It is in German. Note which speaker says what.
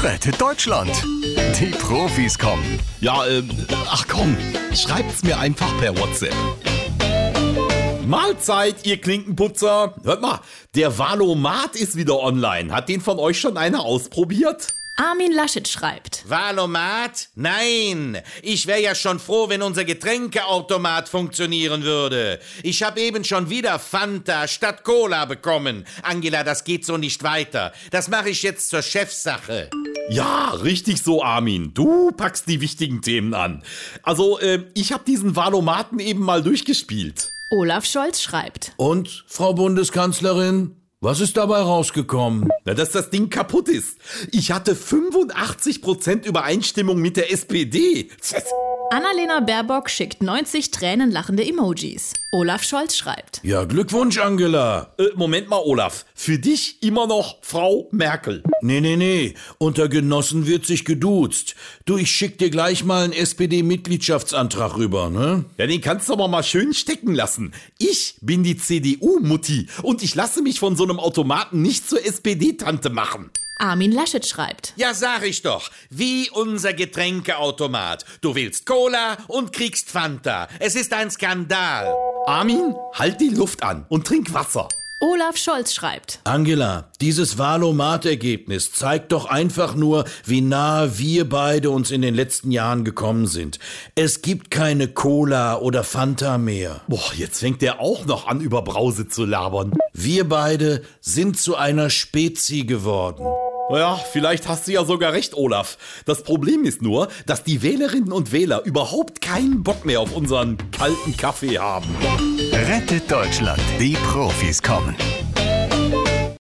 Speaker 1: rettet Deutschland. Die Profis kommen.
Speaker 2: Ja, ähm, ach komm, schreibt's mir einfach per WhatsApp. Mahlzeit, ihr Klinkenputzer. Hört mal, der Valomat ist wieder online. Hat den von euch schon einer ausprobiert?
Speaker 3: Armin Laschet schreibt.
Speaker 4: Valomat? Nein! Ich wäre ja schon froh, wenn unser Getränkeautomat funktionieren würde. Ich habe eben schon wieder Fanta statt Cola bekommen. Angela, das geht so nicht weiter. Das mache ich jetzt zur Chefsache.
Speaker 2: Ja, richtig so, Armin. Du packst die wichtigen Themen an. Also, äh, ich habe diesen Valomaten eben mal durchgespielt.
Speaker 3: Olaf Scholz schreibt.
Speaker 5: Und, Frau Bundeskanzlerin, was ist dabei rausgekommen?
Speaker 2: Na, dass das Ding kaputt ist. Ich hatte 85% Übereinstimmung mit der SPD.
Speaker 3: Annalena Baerbock schickt 90 tränenlachende Emojis. Olaf Scholz schreibt.
Speaker 5: Ja, Glückwunsch, Angela.
Speaker 2: Äh, Moment mal, Olaf. Für dich immer noch Frau Merkel.
Speaker 5: Nee, nee, nee. Unter Genossen wird sich geduzt. Du, ich schick dir gleich mal einen SPD-Mitgliedschaftsantrag rüber, ne?
Speaker 2: Ja, den kannst du aber mal schön stecken lassen. Ich bin die CDU-Mutti und ich lasse mich von so einem Automaten nicht zur SPD-Tante machen.
Speaker 3: Armin Laschet schreibt.
Speaker 4: Ja, sag ich doch. Wie unser Getränkeautomat. Du willst Cola und kriegst Fanta. Es ist ein Skandal.
Speaker 2: Armin, halt die Luft an und trink Wasser.
Speaker 3: Olaf Scholz schreibt.
Speaker 5: Angela, dieses Valomat-Ergebnis zeigt doch einfach nur, wie nahe wir beide uns in den letzten Jahren gekommen sind. Es gibt keine Cola oder Fanta mehr.
Speaker 2: Boah, jetzt fängt der auch noch an, über Brause zu labern.
Speaker 5: Wir beide sind zu einer Spezi geworden.
Speaker 2: Naja, vielleicht hast du ja sogar recht, Olaf. Das Problem ist nur, dass die Wählerinnen und Wähler überhaupt keinen Bock mehr auf unseren kalten Kaffee haben.
Speaker 1: Rettet Deutschland. Die Profis kommen.